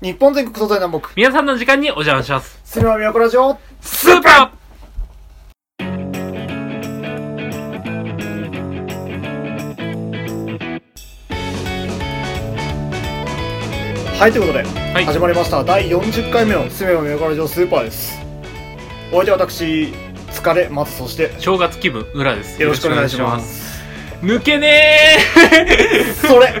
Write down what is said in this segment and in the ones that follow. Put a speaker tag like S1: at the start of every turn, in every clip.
S1: 日本全国総菜南北。
S2: 皆さんの時間にお邪魔します。
S1: するまみやこラジオ。
S2: スーパ
S1: はい、ということで、
S2: ーはい。
S1: 始まりました。第40回目のするまみやこラジオスーパーです。お相手は私、疲れ、まずそして、
S2: 正月気分、裏です。
S1: よろしくお願いしま
S2: よ
S1: す。
S2: ろしくお願いします。抜けね
S1: それ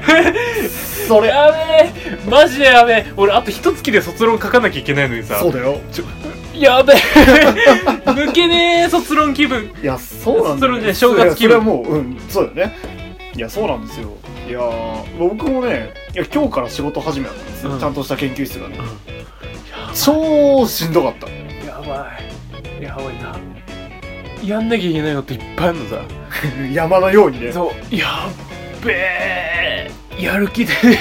S1: それ
S2: え やべえマジでやべえ俺、あと一月で卒論書かなきゃいけないのにさ。
S1: そうだよ。
S2: やべえ 抜けねえ卒論気分。
S1: いや、そうなんだよ、ね。
S2: それね正月
S1: いやそ
S2: 気分
S1: れはもう、うん、そうだよね。いや、そうなんですよ。いやー、僕もね、いや、今日から仕事始めたんですよ。
S2: うん
S1: ちゃんとした研究室がね。
S2: や
S1: 超しんどかった。
S2: ばい。やばい。やばいな。やんなきゃいけないこといっぱいあるのさ。
S1: 山のようにね。
S2: そうやっべえやる気でね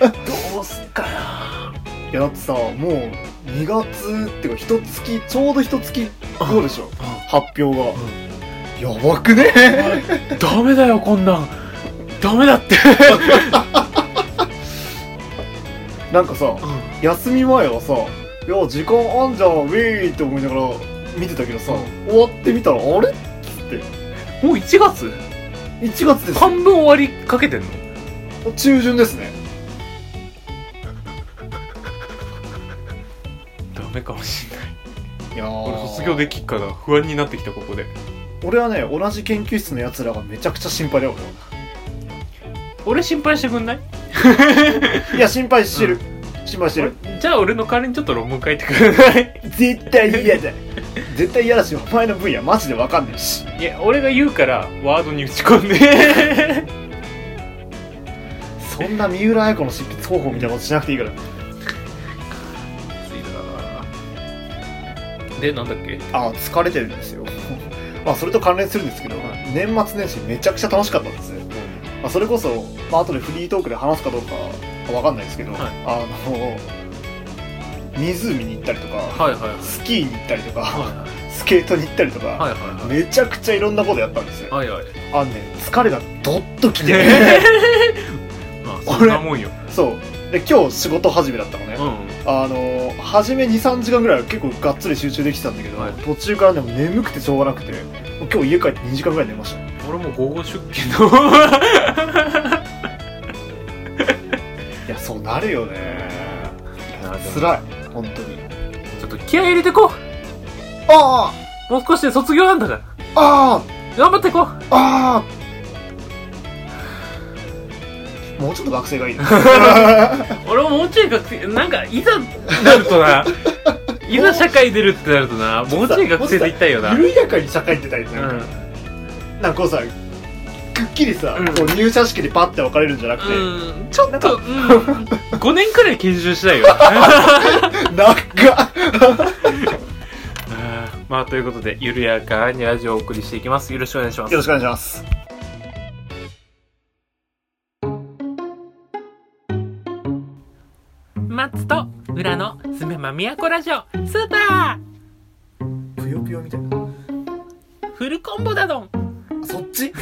S2: どうすっかない
S1: や、だってさ、もう、2月っていうか、一月、ちょうど一月後でしょ。発表が。やばくね
S2: ダメだよこんなんダメだって
S1: なんかさ、休み前はさ、いや、時間あんじゃん、ウェイって思いながら見てたけどさ、終わってみたら、あれ
S2: もう1月
S1: ?1 月ですよ。
S2: 半分終わりかけてんの
S1: 中旬ですね。
S2: ダメかもしんない
S1: いやー
S2: 俺卒業できっかな不安になってきたここで
S1: 俺はね同じ研究室のやつらがめちゃくちゃ心配だよ
S2: 俺心配してくんない
S1: 俺いや心配してる、心配してる
S2: じゃあ俺の代わりにちょっと論文書いてくれない
S1: 絶対嫌だ絶対嫌だしお前の分野マジで分かんねえし
S2: いや俺が言うからワードに打ち込んで
S1: そんな三浦綾子の執筆方法みたいなことしなくていいから
S2: でなんだっけ
S1: ああ疲れてるんですよ まあそれと関連するんですけど、年末年始めちゃくちゃ楽しかったんですね、まあ、それこそ、まあ後でフリートークで話すかどうかは分かんないですけど、
S2: はい
S1: あの湖に行ったりとか、
S2: はいはいはい
S1: スキーに行ったりとか、
S2: は
S1: スケートに行ったりとか、
S2: いはい は
S1: め
S2: い
S1: ちゃくちゃいろんなことやったんですよ、
S2: はいはい。
S1: あのね疲れがどっとき て
S2: え まあ、そんなもんよ。
S1: そうで今日仕事始めだったのね、
S2: うん。
S1: あのー初め23時間ぐらいは結構がっつり集中できてたんだけど、
S2: はい
S1: 途中からでも眠くてしょうがなくて今日家帰って2時間ぐらい寝ましたい
S2: 俺も午後出勤の。
S1: やそうなるよね
S2: い。
S1: 辛い本当に
S2: ちょっと気合い入れてこ
S1: あ
S2: う。もう少しで卒業なんだから。
S1: ああ
S2: 頑張ってこう。
S1: あああもうちょっと学生がいいな
S2: 俺ももうちょい学生、なんか、いざ、なると な。いざ社会出るってなるとな、もうちょい学生でいったいよな。うん。
S1: 緩やかに社会出たいね、なんかなんかこうさくっきりさ、
S2: うん
S1: こう入社式でパッて分かれるんじゃなくて、
S2: うん、ちょっと、うん、5年 くらい研修したいよ。
S1: なんか
S2: うんまあ、ということで、緩やかにラジオをお送りしていきます。よろしくお願いします
S1: よ。ろしくお願いします。
S2: マッツと裏のすめまみやこラジオスーパ
S1: ぷよぷよみたいな。
S2: ーフルコンボだどん
S1: そっち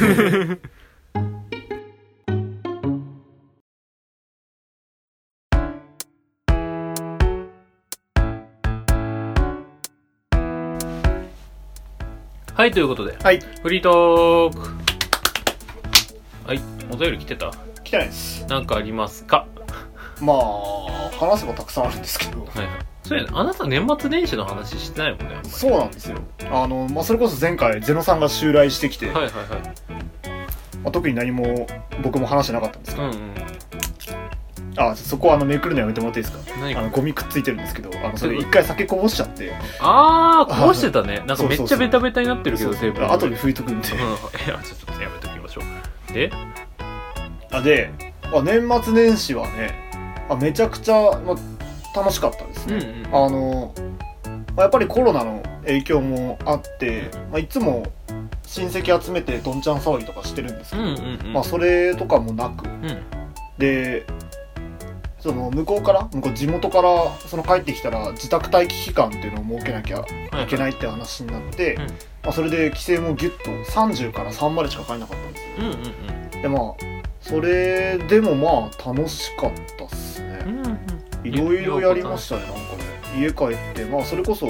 S2: はいということで
S1: はい。
S2: フリートークはいお便り来てた
S1: 来てないです。
S2: なんかありますか
S1: まあ、話せばたくさんあるんですけど。
S2: はいそうやねあなた年末年始の話してないもんね
S1: そうなんですよ。あの、まあ、それこそ前回、ゼノさんが襲来してきて、
S2: はいはいはい
S1: まあ、特に何も僕も話してなかったんです
S2: う
S1: けど、
S2: んうん
S1: あ、そこはあの、めくるのやめてもらっていいですか
S2: 何
S1: あの、
S2: か
S1: ゴミくっついてるんですけど、あの、それ一回酒こぼしちゃって、
S2: あーこぼしてたねなんかめ
S1: そ
S2: っ
S1: う
S2: ち
S1: そ
S2: ゃ
S1: うそう
S2: ベタベタになってるけど
S1: そうそ
S2: テ
S1: う
S2: ープ
S1: 後で拭いとくんで。
S2: うんいやちょっとやめときましょうで
S1: あで、あ、年末年始はね、あ、めちゃくちゃ、まあ、楽しかったですね。
S2: うんうん
S1: あの、まあやっぱりコロナの影響もあって、まあ、いつも親戚集めてどんちゃん騒ぎとかしてるんです
S2: う
S1: け
S2: ん
S1: ど、
S2: うんうん
S1: まあ、それとかもなく
S2: うん
S1: でその向こうから向こう地元からその帰ってきたら自宅待機期間っていうのを設けなきゃ
S2: はい
S1: いけないって話になって、
S2: うん
S1: まあ、それで規制もギュッと30から3までしか帰んなかったんです
S2: うんう
S1: よ
S2: ん
S1: でまあそれでもまあ楽しかったっすね
S2: うんうんうん
S1: いろいろやりましたねなんかね家帰ってまあそれこそ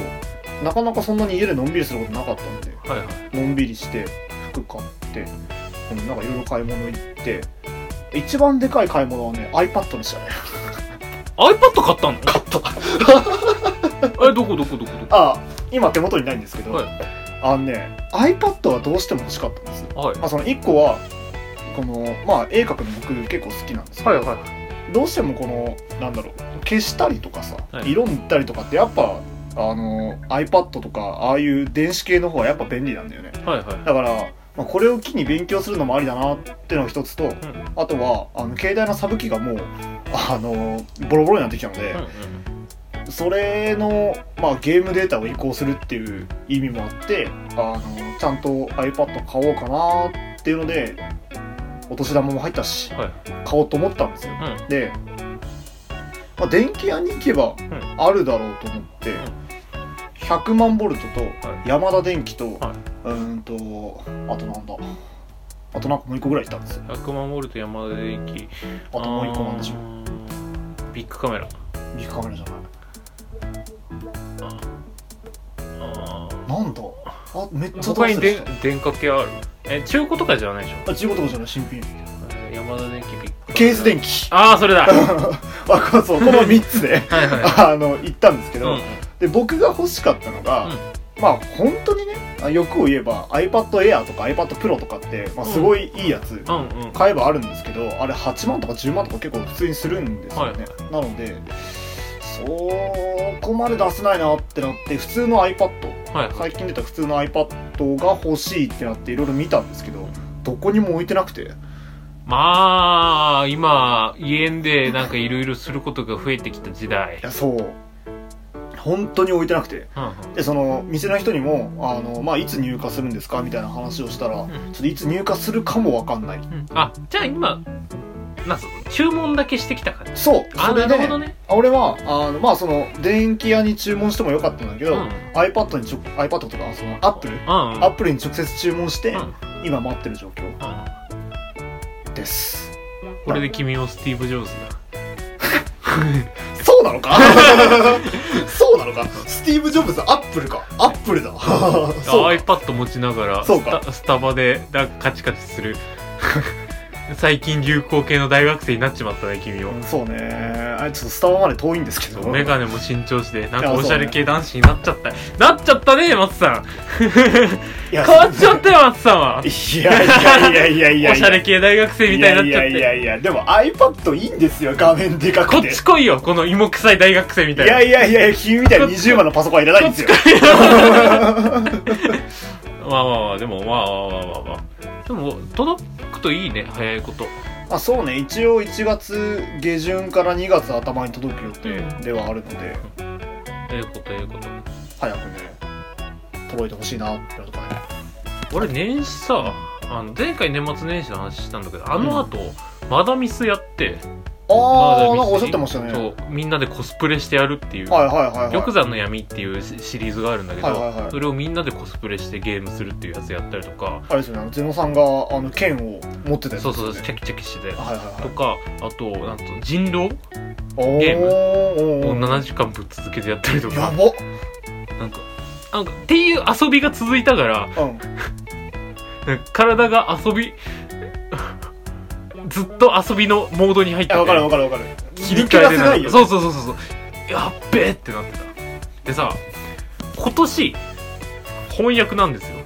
S1: なかなかそんなに家でのんびりすることなかったんで
S2: はいはい
S1: のんびりして服買ってうんなんかいろいろ買い物行って一番でかい買い物はね iPad でしたね
S2: iPad 買ったの
S1: 買った
S2: えどこどこどこど
S1: あ今手元にないんですけど、
S2: はい
S1: あのね iPad はどうしても欲しかったんです
S2: こはい
S1: まあその1個はこのまあ絵描くの僕結構好きなんですけど、
S2: はいはい
S1: どうしてもこのなんだろう消したりとかさ、
S2: はい
S1: 色塗ったりとかってやっぱあの iPad とかああいう電子系の方がやっぱ便利なんだよね
S2: はいは
S1: だから、まあ、これを機に勉強するのもありだなっていうのが一つと、あとはあの携帯のサブ機がもうあのボロボロになってきたので、
S2: いうんうん
S1: それの、まあ、ゲームデータを移行するっていう意味もあってあのちゃんと iPad 買おうかなっていうのでお年玉も入ったし、
S2: はい
S1: 買おうと思ったんですよ、
S2: う
S1: で、まあ、電気屋に行けば
S2: ん
S1: あるだろうと思って、
S2: ん
S1: 100万ボルトと
S2: は
S1: ヤマダ電機と、
S2: はいう
S1: ーんとあとなんだあとなんかもう一個ぐらい行ったんですよ
S2: 100万ボルト山田電機
S1: あともう一個なんでしょう
S2: うビッグカメラ
S1: 右カメラじゃない
S2: あ
S1: なんだあめっちゃ
S2: ー
S1: 高
S2: 他
S1: い
S2: に
S1: で
S2: で電化系あるえ中古とかじゃないでしょ
S1: あ、15とかじゃない新品
S2: えー山田電機ビッグカメラ
S1: ケース電気
S2: ああそれ だは
S1: あこうそうこの3つで
S2: いはい は
S1: あの行ったんですけ
S2: い
S1: ど、で僕が欲しかったのが、
S2: うん
S1: まあ本当にねあ欲を言えば iPad Air とか iPad Pro とかって、まあ、すごいいいやつ、
S2: うんうんうん
S1: 買えばあるんですけどあれ8万とか10万とか結構普通にするんですよね、なのでそこまで出せないなってなって普通の iPad
S2: はいはい
S1: 最近出た普通の iPad が欲しいってなっていろいろ見たんですけどどこにも置いてなくて
S2: まあ今家でなんかいろいろすることが増えてきた時代
S1: いやそう本当に置いてなくて
S2: うんうん
S1: でその店の人にもあの、まあ、いつ入荷するんですかみたいな話をしたら、ちょっといつ入荷するかもわかんない
S2: うんあじゃあ今なんす注文だけしてきた感じ
S1: そう
S2: あ
S1: それ
S2: なるほ
S1: で、
S2: どね
S1: 俺はあのまあその電気屋に注文してもよかったんだけど、
S2: うん
S1: iPad にちょ iPad とかその Apple、
S2: うんうん
S1: アップルに直接注文して、
S2: うん
S1: 今待ってる状況
S2: うん
S1: です
S2: これで君もスティーブ・ジョーズだ
S1: そうなのかそうなのかスティーブ・ジョブズアップルかアップルだそう
S2: iPad 持ちながら
S1: そうか
S2: スタスタバでなんかカチカチする 最近流行系の大学生になっちまったね君も
S1: うんそうねあれちょっとスタバまで遠いんですけど
S2: メガネも新調してなん
S1: いや
S2: か
S1: そうね
S2: おしゃれ系男子になっちゃった、なっちゃったね松さ ん
S1: いや
S2: 変わっちゃったよ松さんはい
S1: やいやいやいやいやいや
S2: おしゃれ系大学生みたいになっちゃって
S1: いやいやいやいやでも iPad いいんですよ画面でか
S2: こ
S1: く
S2: ってち来いよこの芋臭い大学生み
S1: い
S2: たいな
S1: やいやいや君みたいに20万のパソコンはいらないんですよ
S2: まあまあまあでもまあまあまあまあまあでも届くといいね早いこと
S1: あそうね一応1月下旬から2月頭に届く予定ではあるので
S2: ええことええこと
S1: 早くね届いてほしいなってことかね
S2: 俺年始さあの前回年末年始の話したんだけどあの後、マダミスやって
S1: あ
S2: マダ
S1: あ
S2: ミスに
S1: なんかおっしゃってましたね
S2: そうみんなでコスプレしてやるっていう
S1: はいはいはいはい
S2: 玉山の闇っていうシシリーズがあるんだけど、
S1: はいはいはい
S2: それをみんなでコスプレしてゲームするっていうやつやったりとか、
S1: あれですよねあのゼノさんがあの剣を持ってたやつで
S2: そう
S1: すよね
S2: そうそうチャキチャキしてたや
S1: はいはい
S2: つ
S1: は
S2: と
S1: い
S2: かあとなんと人狼
S1: お
S2: ゲーム
S1: ー
S2: を
S1: ム
S2: 7時間ぶっ続けてやったりと
S1: やば
S2: かなんかなんかっていう遊びが続いたから
S1: うん
S2: なんか体が遊び ずっと遊びのモードに入っ
S1: いや
S2: て
S1: わ
S2: て
S1: かるわかるわかる切
S2: 切り
S1: り
S2: 替
S1: 替
S2: え
S1: え
S2: れ
S1: れ
S2: な
S1: ないいよ
S2: そうそうそうそうそうやっべえってなってたでさ今年翻訳なんですよ、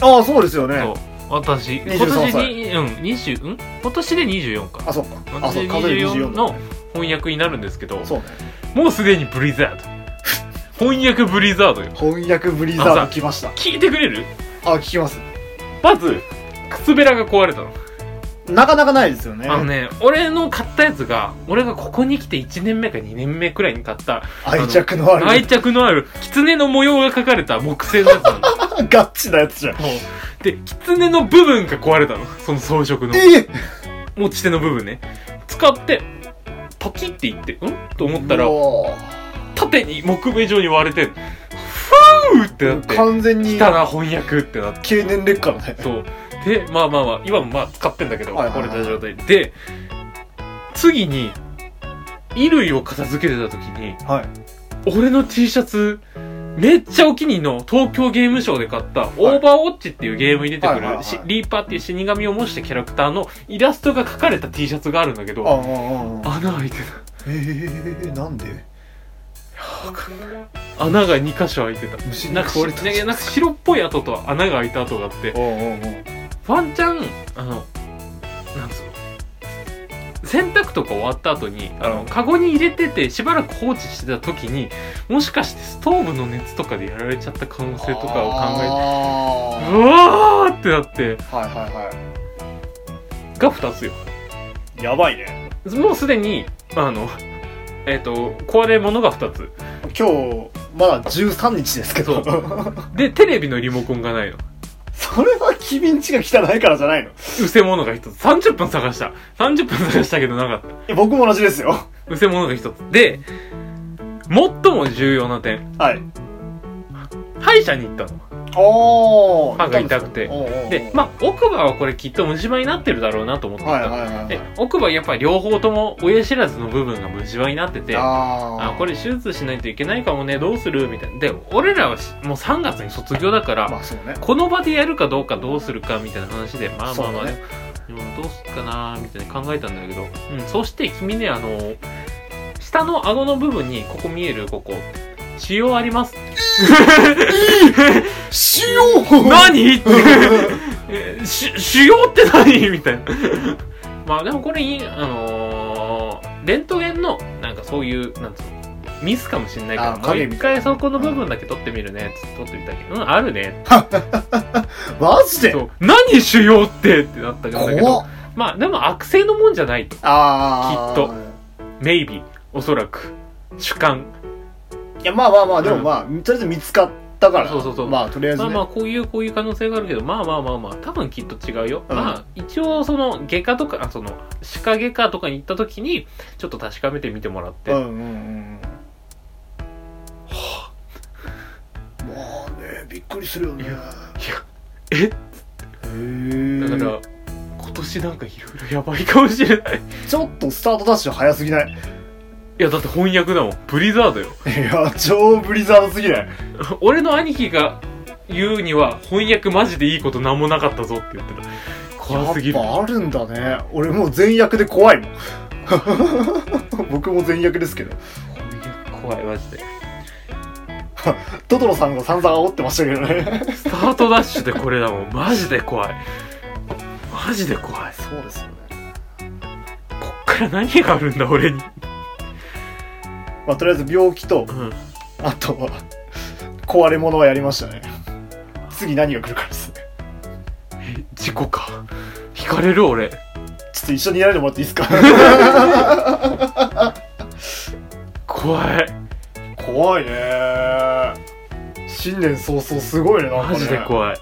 S1: ああそうですよね
S2: そう私今
S1: 23
S2: 年
S1: 歳
S2: にうん20ん今年で24か
S1: あそうかあそう
S2: 今
S1: 数
S2: 年
S1: え
S2: で
S1: 24だ
S2: 24の
S1: ね
S2: 翻訳になるんですけど
S1: そうね
S2: もうすでにブリザード 翻訳ブリザードよ
S1: 翻訳ブリザード来ました
S2: 聞いてくれる
S1: あ聞きます
S2: まず靴べらが壊れたの
S1: なかなかないですよね
S2: あのね俺の買ったやつが俺がここに来て1年目か2年目くらいに買った
S1: 愛着のある
S2: 愛着のある狐の模様が描かれた木製のやつなんだ
S1: ガッチなやつじゃん
S2: で、狐の部分が壊れたの。その装飾の。
S1: ええ
S2: 持ち手の部分ね。使って、パキっていって、んと思ったら
S1: う、わ
S2: 縦に木目状に割れて、ふーってなって、
S1: 完全
S2: 来
S1: に
S2: たな、翻訳ってなって。
S1: 経年劣化のね
S2: そう。で、まあまあまあ、今もまあ使ってんだけど、
S1: はいはい
S2: 折
S1: はい
S2: れた状態で。で、次に、衣類を片付けてた時に、
S1: はい
S2: 俺の T シャツ、めっちゃお気に入りの東京ゲームショーで買った、オーバーウォッチっていうゲームに出てく
S1: はいはいはいは
S2: る、
S1: い
S2: しリーパーっていう死神を模したキャラクターのイラストが書かれた T シャツがあるんだけ
S1: ああ
S2: ど、
S1: あああ
S2: 穴開いて
S1: えー、なんで
S2: た。わかんない穴が2箇所開いてた。
S1: 虫
S2: なんかし
S1: 食われたんじゃない
S2: なんか白っぽい跡と穴が開いた跡があって、
S1: おうおうおう
S2: ワンチャンあのなんつうの洗濯とか終わった後にあのカゴに入れててしばらく放置してた時にもしかしてストーブの熱とかでやられちゃった可能性とかを考えて
S1: あ
S2: うわーってなっ
S1: ー
S2: て
S1: はいはいは
S2: が2つよ
S1: いやばいね
S2: もうすでにあのえっ、と壊れ物が2つ
S1: 今日まだ13日ですけど
S2: そでテレビのリモコンがないの
S1: それは君んちが汚いからじゃないの
S2: うせ物が1つ30分探した30分探したけどなかった
S1: え僕も同じですよ
S2: うせ物が1つで最も重要な点
S1: はい
S2: 歯医者に行ったの
S1: おお
S2: 歯が痛くてでまあ奥歯はこれきっと虫歯になってるだろうなと思ってた、
S1: はいはいはい、は
S2: で
S1: い、
S2: 奥歯やっぱり両方とも親知らずの部分が虫歯になっててあ
S1: あー
S2: これ手術しないといけないかもねどうするみたいなで俺らはしもう3月に卒業だから、
S1: まあそうね
S2: この場でやるかどうかどうするかみたいな話でまあまあま
S1: そう
S2: あ、
S1: だ
S2: ね
S1: ね
S2: でもどうすっかなーみたいな考えたんだけど、うん、そして君ねあの下の顎の部分にここ見えるここ腫瘍あります
S1: 塩
S2: 何えし腫瘍って何みたいな まあでもこれいいあのー、レントゲンのなんかそういうなんつうのミスかもしんないから
S1: あ
S2: もう
S1: 影
S2: 一
S1: みた
S2: 回そこの部分だけ取ってみるねっつって取ってみたけどうんあるね
S1: マジで
S2: そう何腫瘍ってってなったんだけ
S1: 怖
S2: ど
S1: っ
S2: まあでも悪性のもんじゃないと
S1: あ
S2: きっ
S1: と
S2: メイビーおそらく主観
S1: いやまあまあまあでも
S2: うん
S1: まあ、とりあえず見つかったから
S2: そうそうそう
S1: まあとりあえず
S2: まあ
S1: ね、
S2: まあこういうこういう可能性があるけどまあまあまあまあ多分きっと違うよ、
S1: うん
S2: まあ一応その外科とかあその歯科外科とかに行った時にちょっと確かめてみてもらって、
S1: うんうんうんまあねびっくりするよね
S2: いやえっ
S1: へ
S2: だ
S1: だ
S2: か
S1: から
S2: 今年なんかいろいろやばいかもしれない
S1: らちょっとスタートダッシュ早すぎ ない
S2: いやだって翻訳だもんブリザードよ
S1: いや超ブリザードすぎない
S2: 俺の兄貴が言うには翻訳マジでいいこと何もなかったぞって言ってた怖すぎる
S1: やっぱあるんだね俺もう全役で怖 いもん僕も全役ですけど
S2: 翻訳怖いマジで
S1: トトロさんが散々煽ってましたけどね
S2: スタートダッシュでこれだもんマジで怖いマジで怖い
S1: そうですよね
S2: こっから何があるんだ俺に
S1: まあとりあえず病気と
S2: うん
S1: あとは壊れ物はやりましたね次何が来るかですね
S2: え事故か引かれる俺
S1: ちょっと一緒にやられてもらっていいですか
S2: 怖い
S1: 怖いね新年早々すごいねなんかね
S2: マジで怖い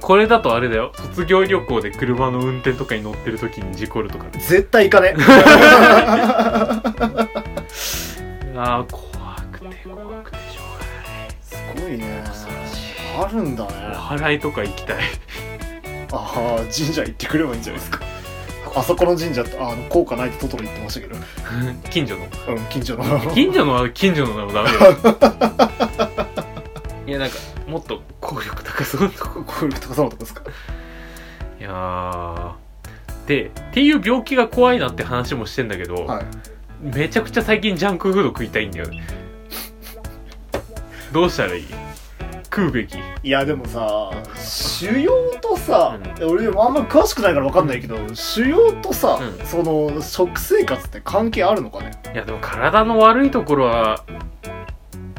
S2: これだとあれだよ卒業旅行で車の運転とかに乗ってる時に事故るとかね
S1: 絶対行かね
S2: あー怖くて怖くてしょ
S1: すごいね
S2: うがない恐ろしい
S1: あるんだ
S2: お
S1: ね
S2: 祓いとか行きたい
S1: ああ神社行ってくればいいんじゃないですかあそこの神社あの効果ないってトトロ言ってましたけど
S2: 近所の
S1: うん近所の
S2: 近所のは近所のでもダメだよ いやなんかもっと効力高そうなとこ
S1: こういうとこそうなとこですか
S2: いやーでっていう病気が怖いなって話もしてんだけど、
S1: はい
S2: めちゃくちゃ最近ジャンクフード食いたいんだよねどうしたらいい食うべき
S1: いやでもさ腫瘍とさ、俺もあんま詳しくないから分かんないけど、腫瘍とさ、
S2: うん
S1: その食生活って関係あるのかね
S2: いやでも体の悪いところは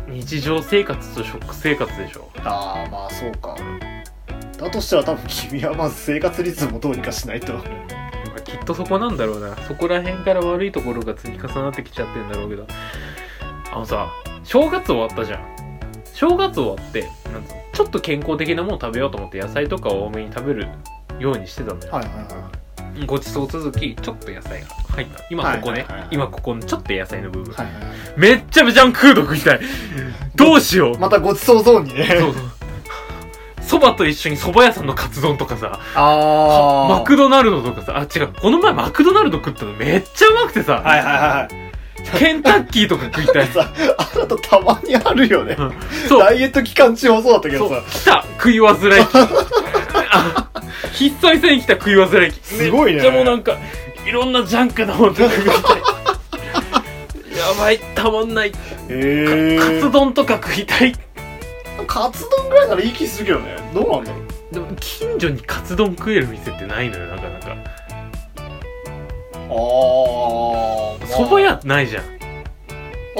S2: 日常生活と食生活でしょ
S1: ああまあそうかだとしたら多分君はまず生活リズムをどうにかしないと
S2: まあきっとそこなんだろうなそこら辺から悪いところが積み重なってきちゃってんだろうけどあのさ正月終わったじゃん正月終わってなんつうのちょっと健康的なもの食べようと思って野菜とかを多めに食べるようにしてたんだよ
S1: はいはいは
S2: ごちそう続きちょっと野菜が入った今ここね、
S1: はいはいはい
S2: 今ここのちょっと野菜の部分、
S1: いはいはいはい
S2: めっちゃジャンクフード食いたいどうしよう
S1: またごちそうゾーンにね
S2: そうそうそばと一緒にそば屋さんのカツ丼とかさ
S1: あ
S2: マクドナルドとかさあ違うこの前マクドナルド食ったのめっちゃうまくてさ、
S1: はいはいはいはい
S2: ケンタッキーとか食い たい
S1: さあなたたまにあるよね
S2: そう
S1: ダイエット期間中もそうだったけ
S2: そ
S1: ど
S2: う
S1: さ
S2: 来た食い忘れ期 あひっそりせに来た食い忘れ期
S1: すごいね
S2: でもうなんかいろんなジャンクなものとか食いたい やばいたまんないカ
S1: へえ
S2: ツ丼とか食いたい
S1: カツ丼ぐらいならいい気するけどねどうなんだろう
S2: でも近所にカツ丼食える店ってないのよなかなか
S1: ああ
S2: そば屋ないじゃん
S1: あ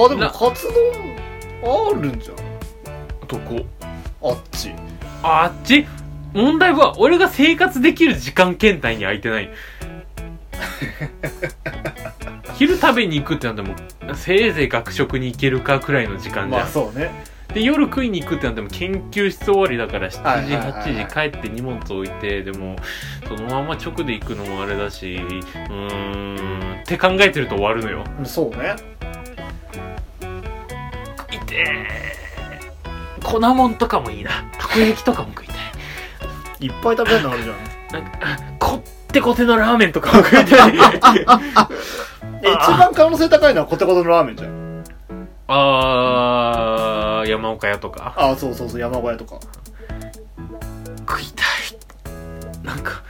S1: でも
S2: な
S1: カツ丼あるんじゃん
S2: どこ
S1: あっち
S2: あっち問題は俺が生活できる時間圏内に空いてない昼食べに行くってなってもせいぜい学食に行けるかくらいの時間じゃん、
S1: まあそうね
S2: で夜食いに行くってなっても研究室終わりだから
S1: はい
S2: 7
S1: はい
S2: 時
S1: はいはい
S2: 8時帰って荷物置いてでもそのまま直で行くのもあれだしうーんって考えてると終わるのよ
S1: そうね
S2: いてー粉もんとかもいいなたこ焼きとかも食いたい
S1: いっぱい食べたいのあるじゃん
S2: なんかこってこてのラーメンとかも食いたい
S1: え一番可能性高いのはコテコテのラーメンじゃん
S2: あー山岡屋とか
S1: あそうそうそう山小屋とか
S2: 食いたいなんか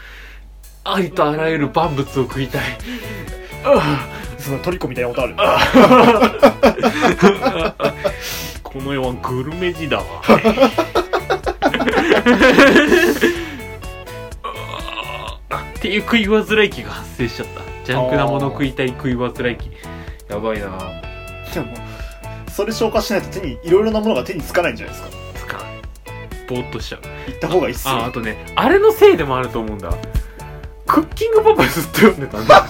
S2: ありとあらゆる万物を食いたいあ
S1: そのトリコみたいなことある
S2: あこの世はグルメ時だわああっていう食い煩い気が発生しちゃったジャンクなもの食いたい食い煩い気やばいな
S1: でもそれ消化しないと手にいろいろなものが手につかないんじゃないですか
S2: つかないぼーっとしちゃう
S1: 行った方がいいっす
S2: ああ
S1: よ
S2: とねあれのせいでもあると思うんだクッキングパパずっと読んでたんだ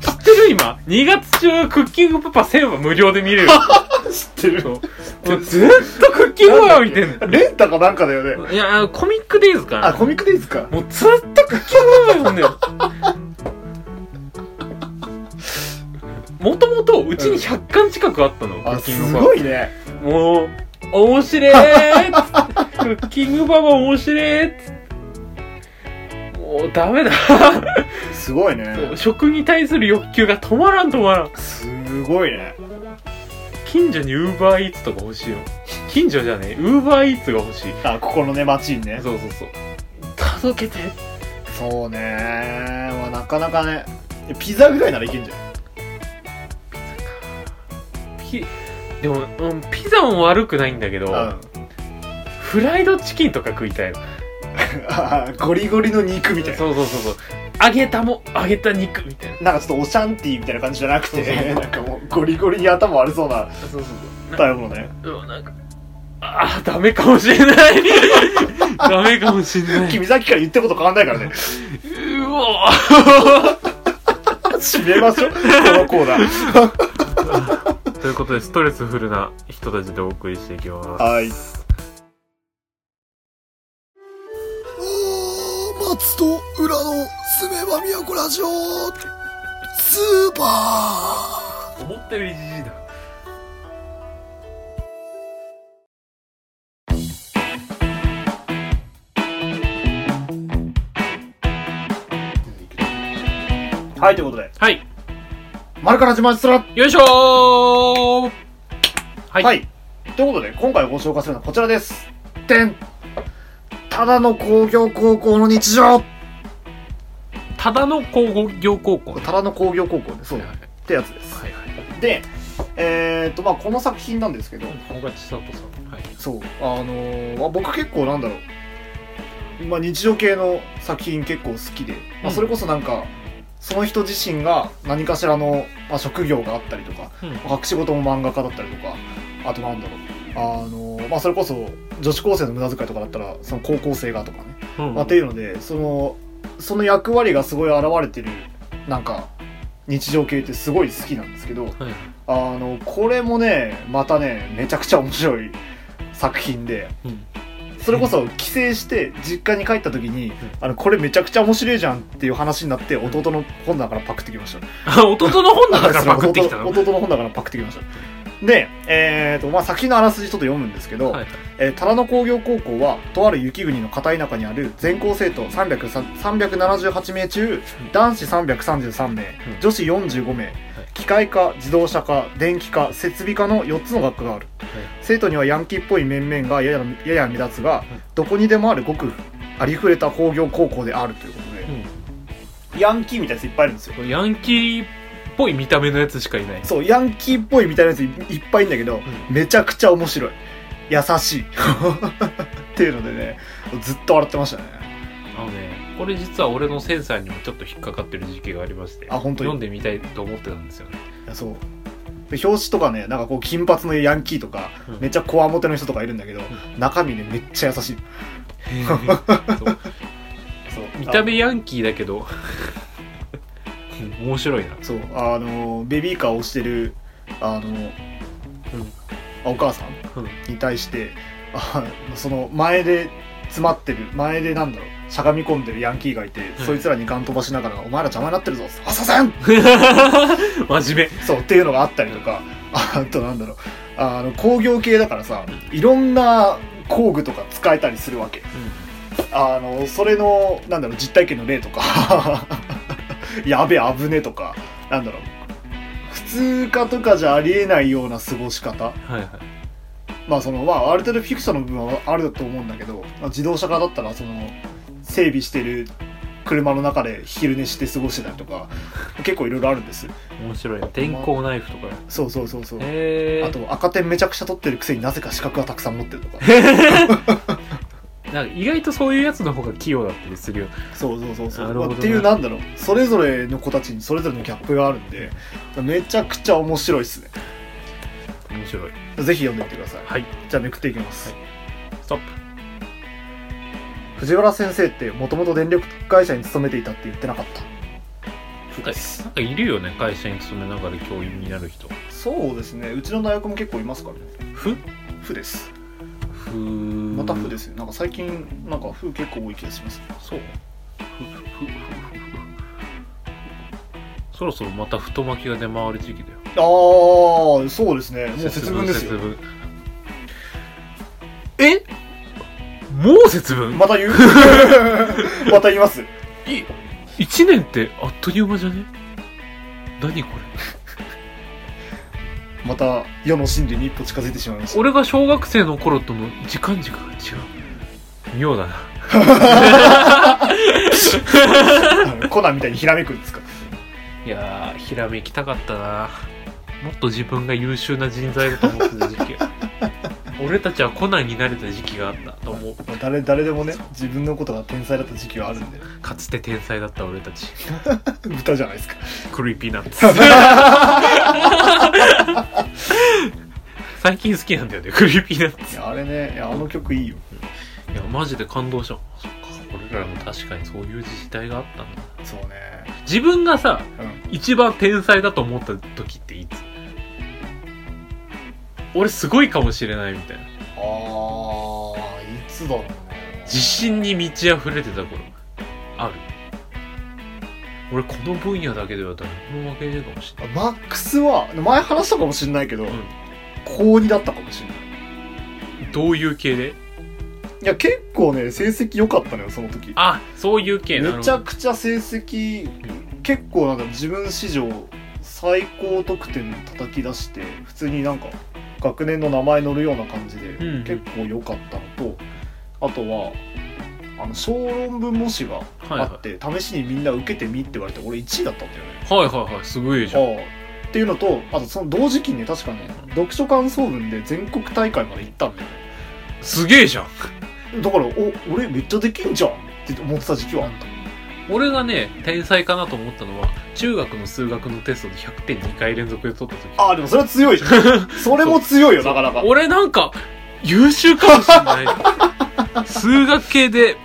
S2: 知 ってる今2月中クッキングパパ1000話無料で見 れる
S1: 知ってる
S2: そうもうずっとクッキングパパ見てん
S1: レンタかなんかだよね
S2: の いやコミックデイズか
S1: あ
S2: な
S1: コミックデイズか
S2: もうずっとクッキングパパ読んでる もともとうちに100巻近くあったの、ク
S1: あ
S2: ッキン
S1: す
S2: グパパ
S1: ごいね
S2: もう面白えっつってク ッキングパパ面白えっつってもうダメだ
S1: すごいね
S2: 食に対する欲求が止まらん止まらん
S1: すごいね
S2: 近所にウーバーイーツとか欲しいよ近所じゃねえウーバーイーツが欲しい
S1: あここのね街にね
S2: そうそうそう届けて
S1: そうねまあなかなかねピザぐらいならいけんじゃん
S2: ピでも、うん、ピザも悪くないんだけど、
S1: うん
S2: フライドチキンとか食いたいの
S1: あー ゴリゴリの肉みたいな
S2: そうそうそうそう揚げたも揚げた肉みたい
S1: な
S2: な
S1: んかちょっとオシャンティーみたいな感じじゃなくて
S2: そうそう
S1: なんかもうゴリゴリに頭割れそうな
S2: そうそうそう
S1: 食べ物ね
S2: うわなんか、ああ、ダメかもしれない。ダメかもしれない。
S1: 君さっきから言ってること変わんないからね
S2: うわ
S1: 締めましょうこのコーナー
S2: ということで、ストレスフルな人たちでお送りしていきます。
S1: はい
S3: 松と裏のすめばみやこラジオスーパ
S2: 思ったよりじじいだ。
S1: はいということで
S2: はい。
S1: 丸から始まりすら
S2: よいしょーはい。
S1: はい。ということで、今回ご紹介するのはこちらです。てんただの工業高校の日常
S2: ただの工業高校。
S1: ただの工業高校で、そう
S2: はい
S1: ってやつです。
S2: はいはい。
S1: で、えーっと、まあ、この作品なんですけど、
S2: 小勝里さん。はい。
S1: そう、あのーまあ僕結構なんだろう、まあ、日常系の作品結構好きで、ま
S2: う
S1: あ、
S2: ん
S1: それこそなんか、その人自身が何かしらの、まあ、職業があったりとか、
S2: うん。
S1: 隠し事も漫画家だったりとかあとなんだろうあの、まあ、それこそ女子高生の無駄遣いとかだったらその高校生がとかね、
S2: うん
S1: まあ、っていうのでそのその役割がすごい現れてるなんか日常系ってすごい好きなんですけど
S2: はい。
S1: あのこれもねまたねめちゃくちゃ面白い作品で
S2: うん。
S1: それこそ帰省して実家に帰った時にあのこれめちゃくちゃ面白いじゃんっていう話になって弟の本棚からパクってきました
S2: あ、弟の本だからパクってきたの
S1: 弟弟の本だからパクってきましたで、えーとまあ、先のあらすじちょっと読むんですけど、
S2: はい。
S1: えー、多良野工業高校はとある雪国の片田舎にある全校生徒300 378名中男子333名、女子45名、機械化自動車化電気化設備化の4つの学科がある、生徒にはヤンキーっぽい面々がやややや目立つが、どこにでもあるごくありふれた工業高校であるということで、ヤンキーみたいなやついっぱいいるんですよ
S2: これヤンキーっぽい見た目のやつしかいない
S1: そうヤンキーっぽいみたいなやついいっぱいいんだけど、
S2: う
S1: めちゃくちゃ面白い優しい っていうのでねずっと笑ってましたね
S2: あのねこれ実は俺のセンサーにもちょっと引っかかってる時期がありまして
S1: あ本当に
S2: 読んでみたいと思ってたんですよね、
S1: いやそうで表紙とかねなんかこう金髪のヤンキーとか
S2: うん
S1: めっちゃこわもての人とかいるんだけど、中身ねめっちゃ優しい
S2: そう
S1: そう
S2: 見た目ヤンキーだ けど面白いな
S1: そうあのベビーカーを押してるあの、あお母さん
S2: うん
S1: に対してあその前で詰まってる前でなんだろうしゃがみ込んでるヤンキーがいて、
S2: うん
S1: そいつらにガン飛ばしながら「お前ら邪魔になってるぞアサセン!
S2: 真面」
S1: そうっていうのがあったりとかあとなんだろうあの工業系だからさいろんな工具とか使えたりするわけあのそれのなんだろう実体験の例とか やべえ危ねえとかなんだろう普通科とかじゃありえないような過ごし方
S2: 目はいはい
S1: まあそのまあある程度フィクションの部分はあると思うんだけど、まあ、自動車化だったらその整備してる車の中で昼寝して過ごしてたりとか結構いろいろあるんです
S2: 面白いな電光ナイフとか
S1: そうそうそうそう
S2: へ
S1: あと赤点めちゃくちゃ取ってるくせになぜか資格はたくさん持ってるとか
S2: え なんか意外とそういうやつの方が器用だったりするよ
S1: そうそうそうそう、
S2: なるほど
S1: ま
S2: ね
S1: あっていうなんだろうそれぞれの子たちにそれぞれのギャップがあるんでめちゃくちゃ面白いっすね
S2: 面白い
S1: ぜひ読んでみてください
S2: はい
S1: じゃあめくっていきます、
S2: ストッ
S1: 藤原先生ってもともと電力会社に勤めていたって言ってなかった
S2: プなんかいるよね会社に勤めながら教員になる人
S1: そうですねうちの大学も結構いますからね
S2: ふ
S1: 負です
S2: ふ
S1: また負ですすよなんか最近なんか負結構多い気がします
S2: そうふふふふふそろそろまた太巻きが出回る時期だよ
S1: ああそうですねもう節分です
S2: 節
S1: よ
S2: 分えもう節分、
S1: また 言うまた言います
S2: い1年ってあっという間じゃね何これ
S1: また世の真理に一歩近づいてしまいました
S2: 俺が小学生の頃との時間軸が違う妙だな
S1: あのコナンみたいにひらめくんですか
S2: いやーひらめきたかったなもっと自分が優秀な人材だと思ってた時 期俺たちはコナンになれた時期があったと思う
S1: まあ誰誰でもね自分のことが天才だった時期はあるん で
S2: かつて天才だった俺たち
S1: 歌じゃない ですか
S2: クリーピーナッツ最近好きなんだよねクリーピーナッツ
S1: いやあれねいやあの曲いいよ
S2: いやマジで感動したそっか俺らも確かにそういう時代があったんだ
S1: そうね
S2: 自分がさ
S1: うん
S2: 一番天才だと思った時っていつ俺すごいかもしれないみたいな
S1: あーいつだろうね
S2: 自信に満ち溢れてた頃ある俺この分野だけでは誰にも負けねえかもしれない
S1: マックスは前話したかもしれないけど、
S2: ん
S1: 高2だったかもしれない
S2: どういう系で
S1: いや結構ね成績良かったのよその時
S2: あそういう系なるほ
S1: め
S2: ど
S1: ちゃくちゃ成績結構なんか自分史上最高得点叩き出して普通になんか学年の名前乗るような感じで
S2: うん
S1: 結構良かったのと、あとはあの小論文模試があって、試しにみんな受けてみって言われて俺1位だったんだよね
S2: はいはいはいすごいじゃん
S1: ああっていうのとあとその同時期にね確かね読書感想文で全国大会まで行ったんだよね
S2: すげえじゃん
S1: だからお俺めっちゃできんじゃんって思ってた時期はあった
S2: 俺がね天才かなと思ったのは中学の数学のテストで100点2回連続で取った時
S1: ああでもそれは強いじゃ んそれも強いよなかなか
S2: 俺なんか優秀かもしれない数学系で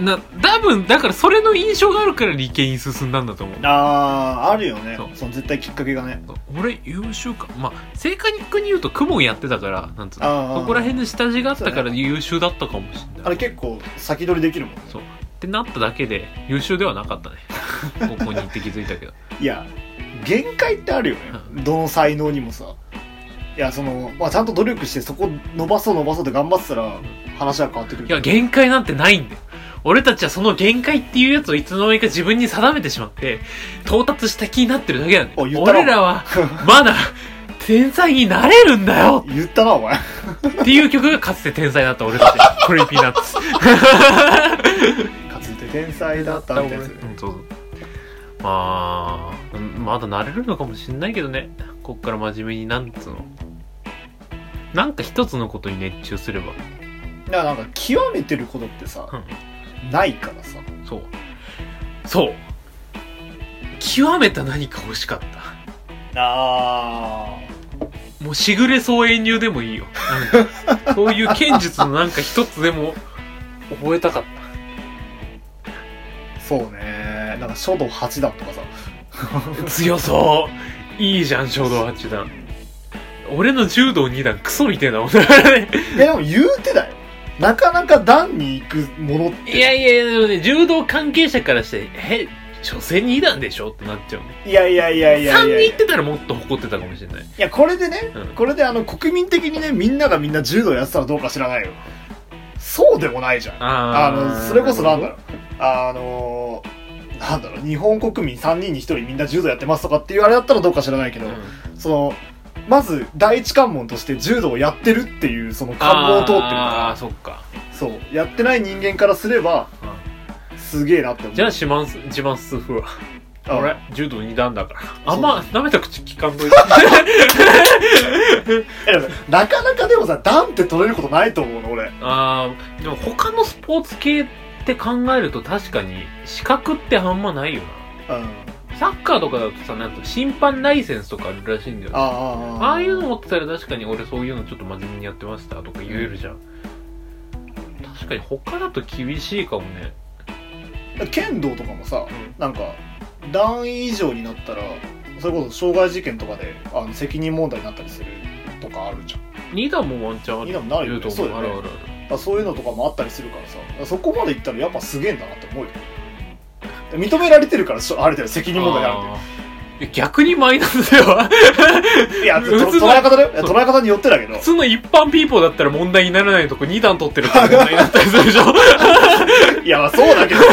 S2: な多分だからそれの印象があるから理系に進んだんだと思う
S1: ああーあるよね
S2: そう
S1: その絶対きっかけがね
S2: 俺優秀かまあ正確に言うと雲やってたからなんつう
S1: あ
S2: の
S1: ー
S2: そこら辺の下地があったから優秀だったかもし
S1: あ
S2: れない
S1: れ結構先取りできるもんね
S2: そうってなっただけで優秀ではなかったねここに行って気づいたけど
S1: いや限界ってあるよねどの才能にもさいやその、まあ、ちゃんと努力してそこ伸ばそう伸ばそうって頑張ってたら話は変わってくる
S2: いや限界なんてないんだよ俺たちはその限界っていうやつをいつの間にか自分に定めてしまって、到達した気になってるだけなんだ
S1: お言
S2: よ。
S1: ったな
S2: 俺ら は、まだ、天才になれるんだよ
S1: 言ったなお前
S2: っていう曲がかつて天才だった俺たち。クリーピーナッツ。
S1: かつて天才だったみたいなやつ
S2: うんそうそうまあうんまだ慣れるのかもしんないけどねこっから真面目になんつうのなんか一つのことに熱中すれば
S1: いやなんか極めてることって さ、ないからさ
S2: そうそう極めた何か欲しかった
S1: あ
S2: もうしぐれそう遠入でもいいよなんかそういう剣術のなんか一つでも覚えたかっ
S1: あそうねなんか書道八段とかさ
S2: た強そういいじゃん衝動八段俺の柔道二段クソみてえ なもんだからね
S1: いやでも言うてだよなかなか段に行くものって
S2: いやいやいや、でもね、柔道関係者からして、え、所詮2段でしょってなっちゃうね。
S1: いやいやいやいやい
S2: 3
S1: や
S2: 人
S1: い
S2: 行ってたらもっと誇ってたかもしれない。
S1: やこれでね
S2: うん
S1: これであの国民的にねみんながみんな柔道やってたらどうか知らないよそうでもないじゃんあ
S2: あー
S1: のそれこそなんだろうあのなんだろう日本国民3人に1人みんな柔道やってますとかっていうあれだったらどうか知らないけど、
S2: うん
S1: そのまず第一関門として柔道をやってるっていうその関門を通ってる
S2: ああ、
S1: か
S2: そっか。
S1: らそうやってない人間からすればすげえなって思う
S2: じゃあ、自慢す、自慢すふわ。
S1: あ
S2: 俺、柔道2段だから。あんま、舐めた口聞か んといて。
S1: いやなかなかでもさ段って取れることないと思うの俺
S2: ああ、でも他のスポーツ系って考えると確かに、資格ってあんまないよ
S1: うん
S2: な。サッカーとかだとさ、なんと審判ライセンスとかあるらしいんだよね。
S1: あ
S2: ああいうの持ってたら確かに俺そういうのちょっと真面目にやってましたとか言えるじゃん、確かに他だと厳しいかもね
S1: 剣道とかもさ
S2: うん
S1: なんか段位以上になったらそれこそ傷害事件とかであの責任問題になったりするとかあるじゃん
S2: 2段もワンチャンある
S1: 二段もあるよね
S2: 言うと
S1: そうだ
S2: 思う
S1: よ
S2: あ
S1: ね
S2: るあるある
S1: だからそういうのとかもあったりするからさだからそこまでいったらやっぱすげえんだなって思うよ認められてるからしょあれだよ責任問題があるんだよ
S2: あーいや逆にマイナスだよ
S1: いや、と
S2: 普通の
S1: 捉え方だよ。いや捉え方によってだけど
S2: 普。通の一般ピーポーだったら問題にならないとこ2段取ってるから問題になったりするで しょ
S1: いや、まあそうだけど。い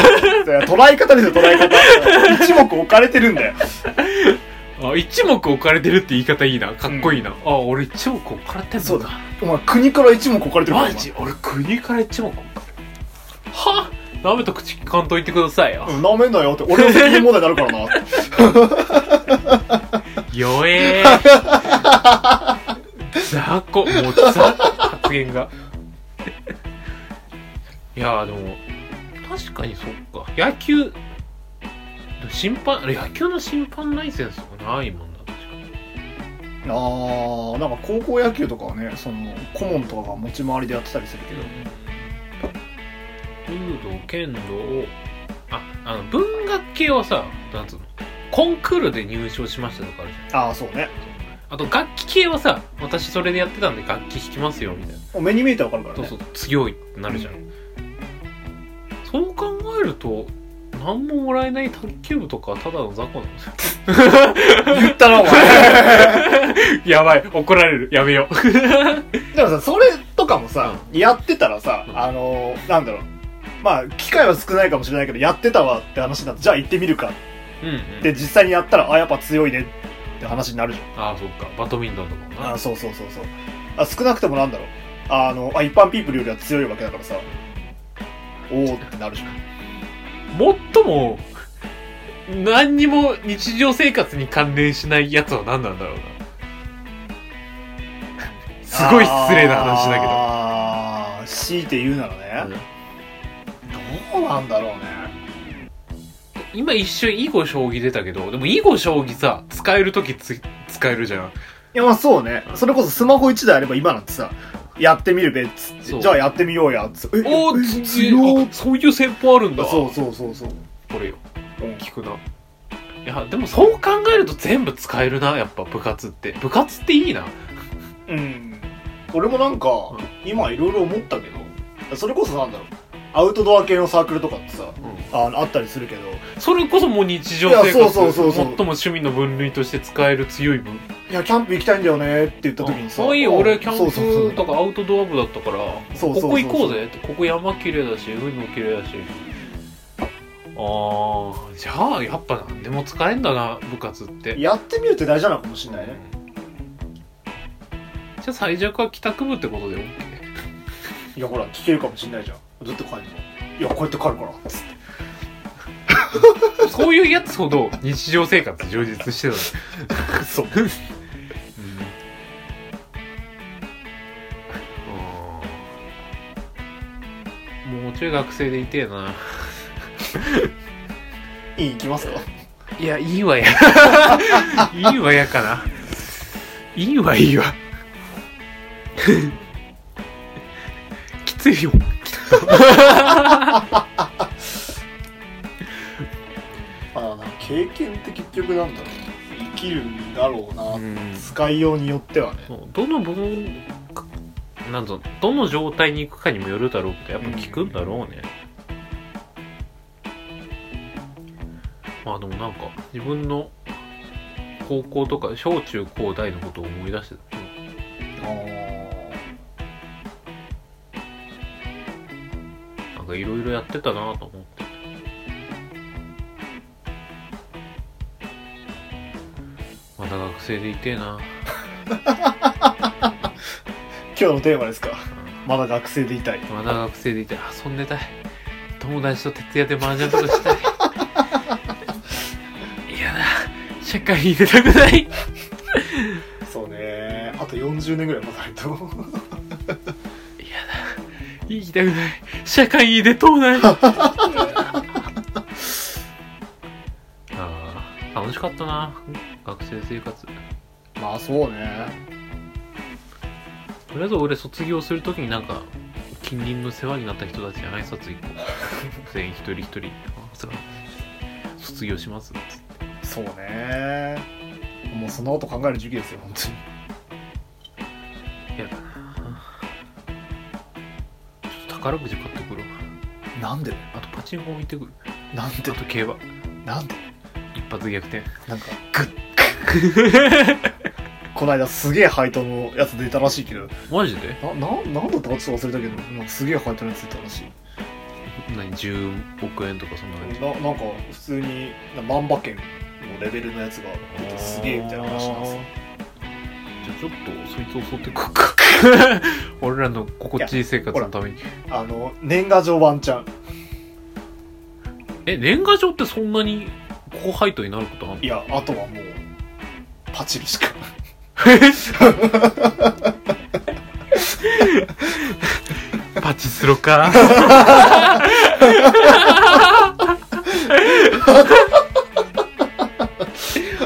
S1: や捉え方ですよ、捉え方。一目置かれてるんだよ。
S2: あ一目置かれてるって言い方いいなかっこいいな、あ俺一目置かれてん
S1: そ
S2: の
S1: う
S2: か
S1: お前、国から一目置かれてるから。
S2: マジ俺国から一目置かれてるは舐めた口聞かんといてくださいよ、
S1: お前うん、なめんなよって。俺の責任問題になるからな。
S2: 弱え 雑魚もう雑発言がいやーでも確かにそっか野球審判あれ野球の審判ライセンスがないもんな確かに
S1: あー、なんか高校野球とかはね、その、顧問とかが持ち回りでやってたりするけど。
S2: 柔道剣道ああの文学系はさなんつうのコンクールで入賞しましたとかあるじゃん
S1: あー、そうね。
S2: あと楽器系はさ私それでやってたんで楽器弾きますよみたいな
S1: もう目に見えてわかるから
S2: そう
S1: ね。
S2: そう強いってなるじゃん、そう考えると何ももらえない卓球部とかはただの雑魚なんですよ
S1: 言ったな、お前。
S2: やばい怒られるやめよう
S1: でもさ、それとかもさ、やってたらさ、あのー、なんだろう。まあ、機会は少ないかもしれないけど、やってたわって話になって、じゃあ行ってみるか
S2: うん、
S1: で実際にやったらあやっぱ強いねって話になるじ
S2: ああそっかバドミントンとかも
S1: ゃん
S2: な
S1: あそうそうそうそうあ少なくともなんだろうあのあ一般ピープルよりは強いわけだからさおおってなるじゃん
S2: もっとも何にも日常生活に関連しないやつは何なんだろうなすごい失礼な話だけど
S1: あー強いて言うならね、どうなんだろうね
S2: 今一瞬囲碁将棋出たけどでも囲碁将棋さ使える時つ使えるじゃん
S1: いやまあそうねそれこそスマホ1台あれば今なんてさやってみるべっつっ
S2: そ
S1: て
S2: う
S1: じゃあやってみようやっつってえ
S2: お
S1: え
S2: ーつ
S1: 強っ
S2: あそういう戦法あるんだ
S1: そうそうそうそう
S2: これよ
S1: うん
S2: 聞くないやでもそう考えると全部使えるなやっぱ部活って部活っていいな
S1: うん、俺もなんか、
S2: う
S1: 今いろいろ思ったけどそれこそなんだろうアウトドア系のサークルとかってさあのあったりするけど
S2: それこそもう日常
S1: いや
S2: 生活
S1: そうそうそうそう
S2: 最も趣味の分類として使える強い部
S1: いやキャンプ行きたいんだよねって言った時にさ
S2: あいいよ
S1: あ
S2: 俺キャン
S1: そうそうそう
S2: プとかアウトドア部だったから
S1: そうそうそう
S2: ここ行こうぜってここ山綺麗だし海も綺麗だしああじゃあやっぱ何でも使えんだな部活って
S1: やってみるって大事なのかもしれないね
S2: じゃあ最弱は帰宅部ってことで OK
S1: いやほら聞けるかもしれないじゃんずっと帰るじゃんいやこうやって帰るからつって
S2: そういうやつほど日常生活充実して たのそう、うん、あーもう中学生でいてえない
S1: い行きますか
S2: いや、いいわや。 いいわやかな。いいわ、いいわ。 きついよ、きっと。
S1: ああ経験って結局なんだろう生きるんだろうな、使いようによってはね
S2: そうどの部分か、なんぞ、どの状態に行くかにもよるだろうけど、やっぱ効くんだろうね。まあでもなんか、自分の高校とか、小中高大のことを思い出してた。なんかいろいろやってたなと思って。まだ学生でいてえな。
S1: 今日のテーマですかまだ学生でいたい
S2: まだ学生でいて遊んでたい。友達と徹夜で麻雀とかしたい。 いやだ。社会に出たくない。
S1: そうねあと40年ぐらいまだないと
S2: 生きたくない。社会に出とうない。ああ、楽しかったな。学生生活。
S1: まあそうね
S2: とりあえず俺卒業するときになんか近隣の世話になった人たちに挨拶行こ う全員一人一人あそう卒業しますっつって
S1: そうねもうそのこと考える時期ですよ本当に
S2: やだなちょっと宝くじ買ってくるわ
S1: なんで
S2: あとパチンコも行ってくる
S1: なん
S2: あと競馬
S1: なんで
S2: 一発逆転
S1: なんかグ ッこの間すげえ配当のやつ出たらしいけど
S2: マジで
S1: なななんだったかちょっと忘れたけどなんかすげえ配当のやつ出たらしい
S2: 何10億円とかそんな感じ
S1: ななんか普通に万馬券のレベルのやつが出てすげえみたいな話なんですよ
S2: じゃあちょっとそいつ襲ってこ っか俺らの心地いい生活のために
S1: あの年賀状ワンチャン
S2: え年賀状ってそんなに高配当になることあんの
S1: いやあとはもうパチるしか
S2: パチスロか。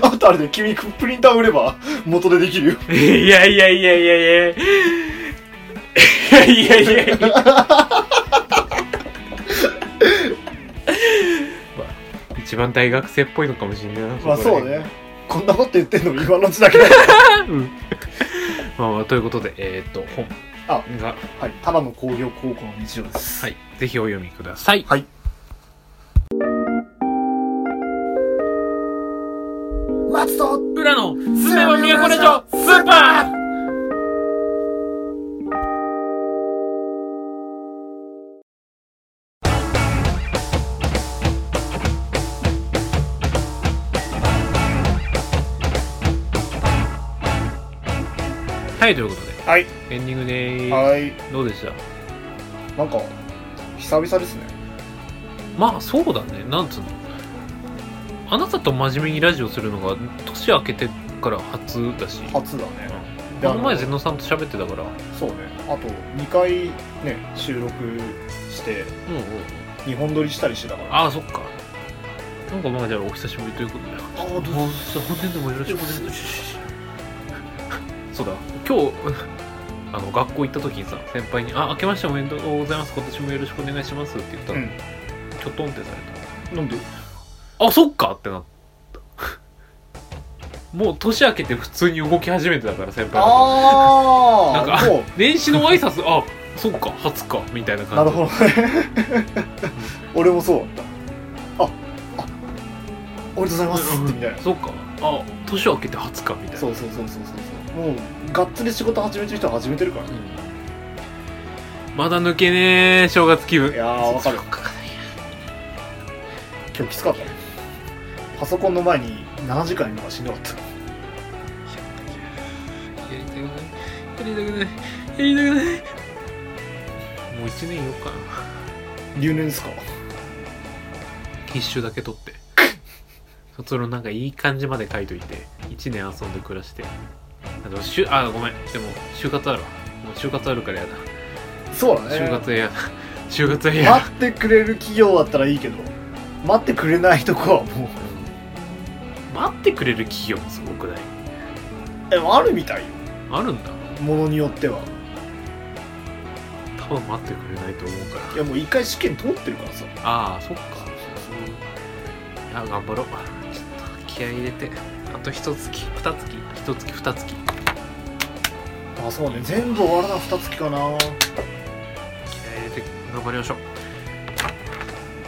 S1: あとあれで君プリンター売れば元でできるよ
S2: いやいやいやいやいや。いやいやいやいや。一番大学生っぽいのかもしれないな。
S1: まあ
S2: こら
S1: そう
S2: 辺
S1: ね。こんなこと言ってんの今のうちだけだ
S2: うんまあまあ、ということで、えっ、と、本
S1: あ
S2: が、
S1: はい多摩の工業高校の日常です
S2: はい、ぜひお読みください。
S1: はい
S3: 松と
S2: 裏の、す
S3: めば都ラジオ
S2: スーパーはい、ということで、
S1: はい
S2: エンディングでー
S1: はい
S2: す。どうでした
S1: なんか久々ですね
S2: まあ、そうだね。なんつうの。あなたと真面目にラジオするのが、年明けてから初だし。
S1: 初だね
S2: この前、ゼノさんと喋ってたから。う
S1: そうねあと2回ね収録して
S2: んうん。
S1: 2本撮りしたりしてたから
S2: ああ、そっか。なんかまあ、じゃあ、お久しぶりということで。
S1: あどうぞ
S2: もう本年度もよろしくお願いします。そうだ、今日、 あの、学校行った時にさ、先輩に、あ、明けましておめでとうございます。今年もよろしくお願いしますって言った
S1: う
S2: ら、
S1: ん
S2: ちょとんってされ
S1: なんで
S2: た。あ、そっかってなった。 もう年明けて普通に動き始めてたから、先輩が。
S1: あ
S2: なん
S1: あ
S2: か
S1: も
S2: 年始の挨拶、あ、そっか、初か、みたいな
S1: うな
S2: 感
S1: る
S2: じ。
S1: ほどね 俺もそうだったああありがとうございますってみたいな
S2: そっか、あ年明けて20日みたいな
S1: そうそうそうそうそうもうがっつり仕事始めてる人は始めてるからね
S2: うんまだ抜けねえ正月気分
S1: いやーわかる
S2: そっか
S1: 今日きつかったねパソコンの前に7時間いるのがしんどかった
S2: やりたくないやりたくないやりたくないもう1年よっかな
S1: 留年ですか
S2: 必修だけ取って卒論なんかいい感じまで書いといて1年遊んで暮らしてあとしゅあごめんでも就活あるわもう就活あるからやだ
S1: そうだね
S2: 就活はやだ 就活はやだ
S1: 待ってくれる企業だったらいいけど待ってくれないとこはもう
S2: 待ってくれる企業もすごくない
S1: えあるみたいよ
S2: あるんだ
S1: ものによっては
S2: 多分待ってくれないと思うから
S1: いやもう一回試験通ってるからさ
S2: ああそっかあ頑張ろうちょっと気合い入れてあと一月二月一月二月
S1: あそうね全部終わるな二月かな
S2: 気合い入れて頑張りましょう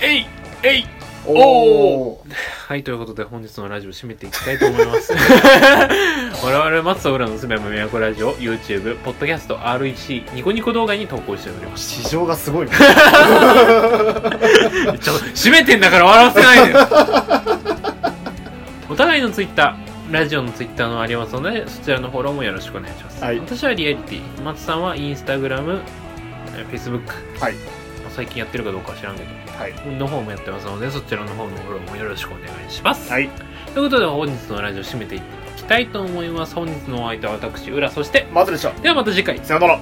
S2: えいえい
S1: おお
S2: はいということで本日のラジオ締めていきたいと思います 我々松と浦のすべもみやこラジオ YouTube ポッドキャスト REC ニコニコ動画に投稿しております
S1: 市場がすごい ね
S2: ちょっと閉めてんだから笑わせないでよ お互いのツイッターラジオのツイッターのありますのでそちらのフォローもよろしくお願いします、
S1: はい
S2: 私はリアリティ松さんはインスタグラムえフェイスブック
S1: はい
S2: 最近やってるかどうかは知らんけ
S1: はい
S2: どの方もやってますのでそちらの方のフォローもよろしくお願いします、
S1: はい
S2: ということで本日のラジオ締めていきたいと思います本日のお相手は私浦そして
S1: まずでした
S2: ではまた次回
S1: さよなら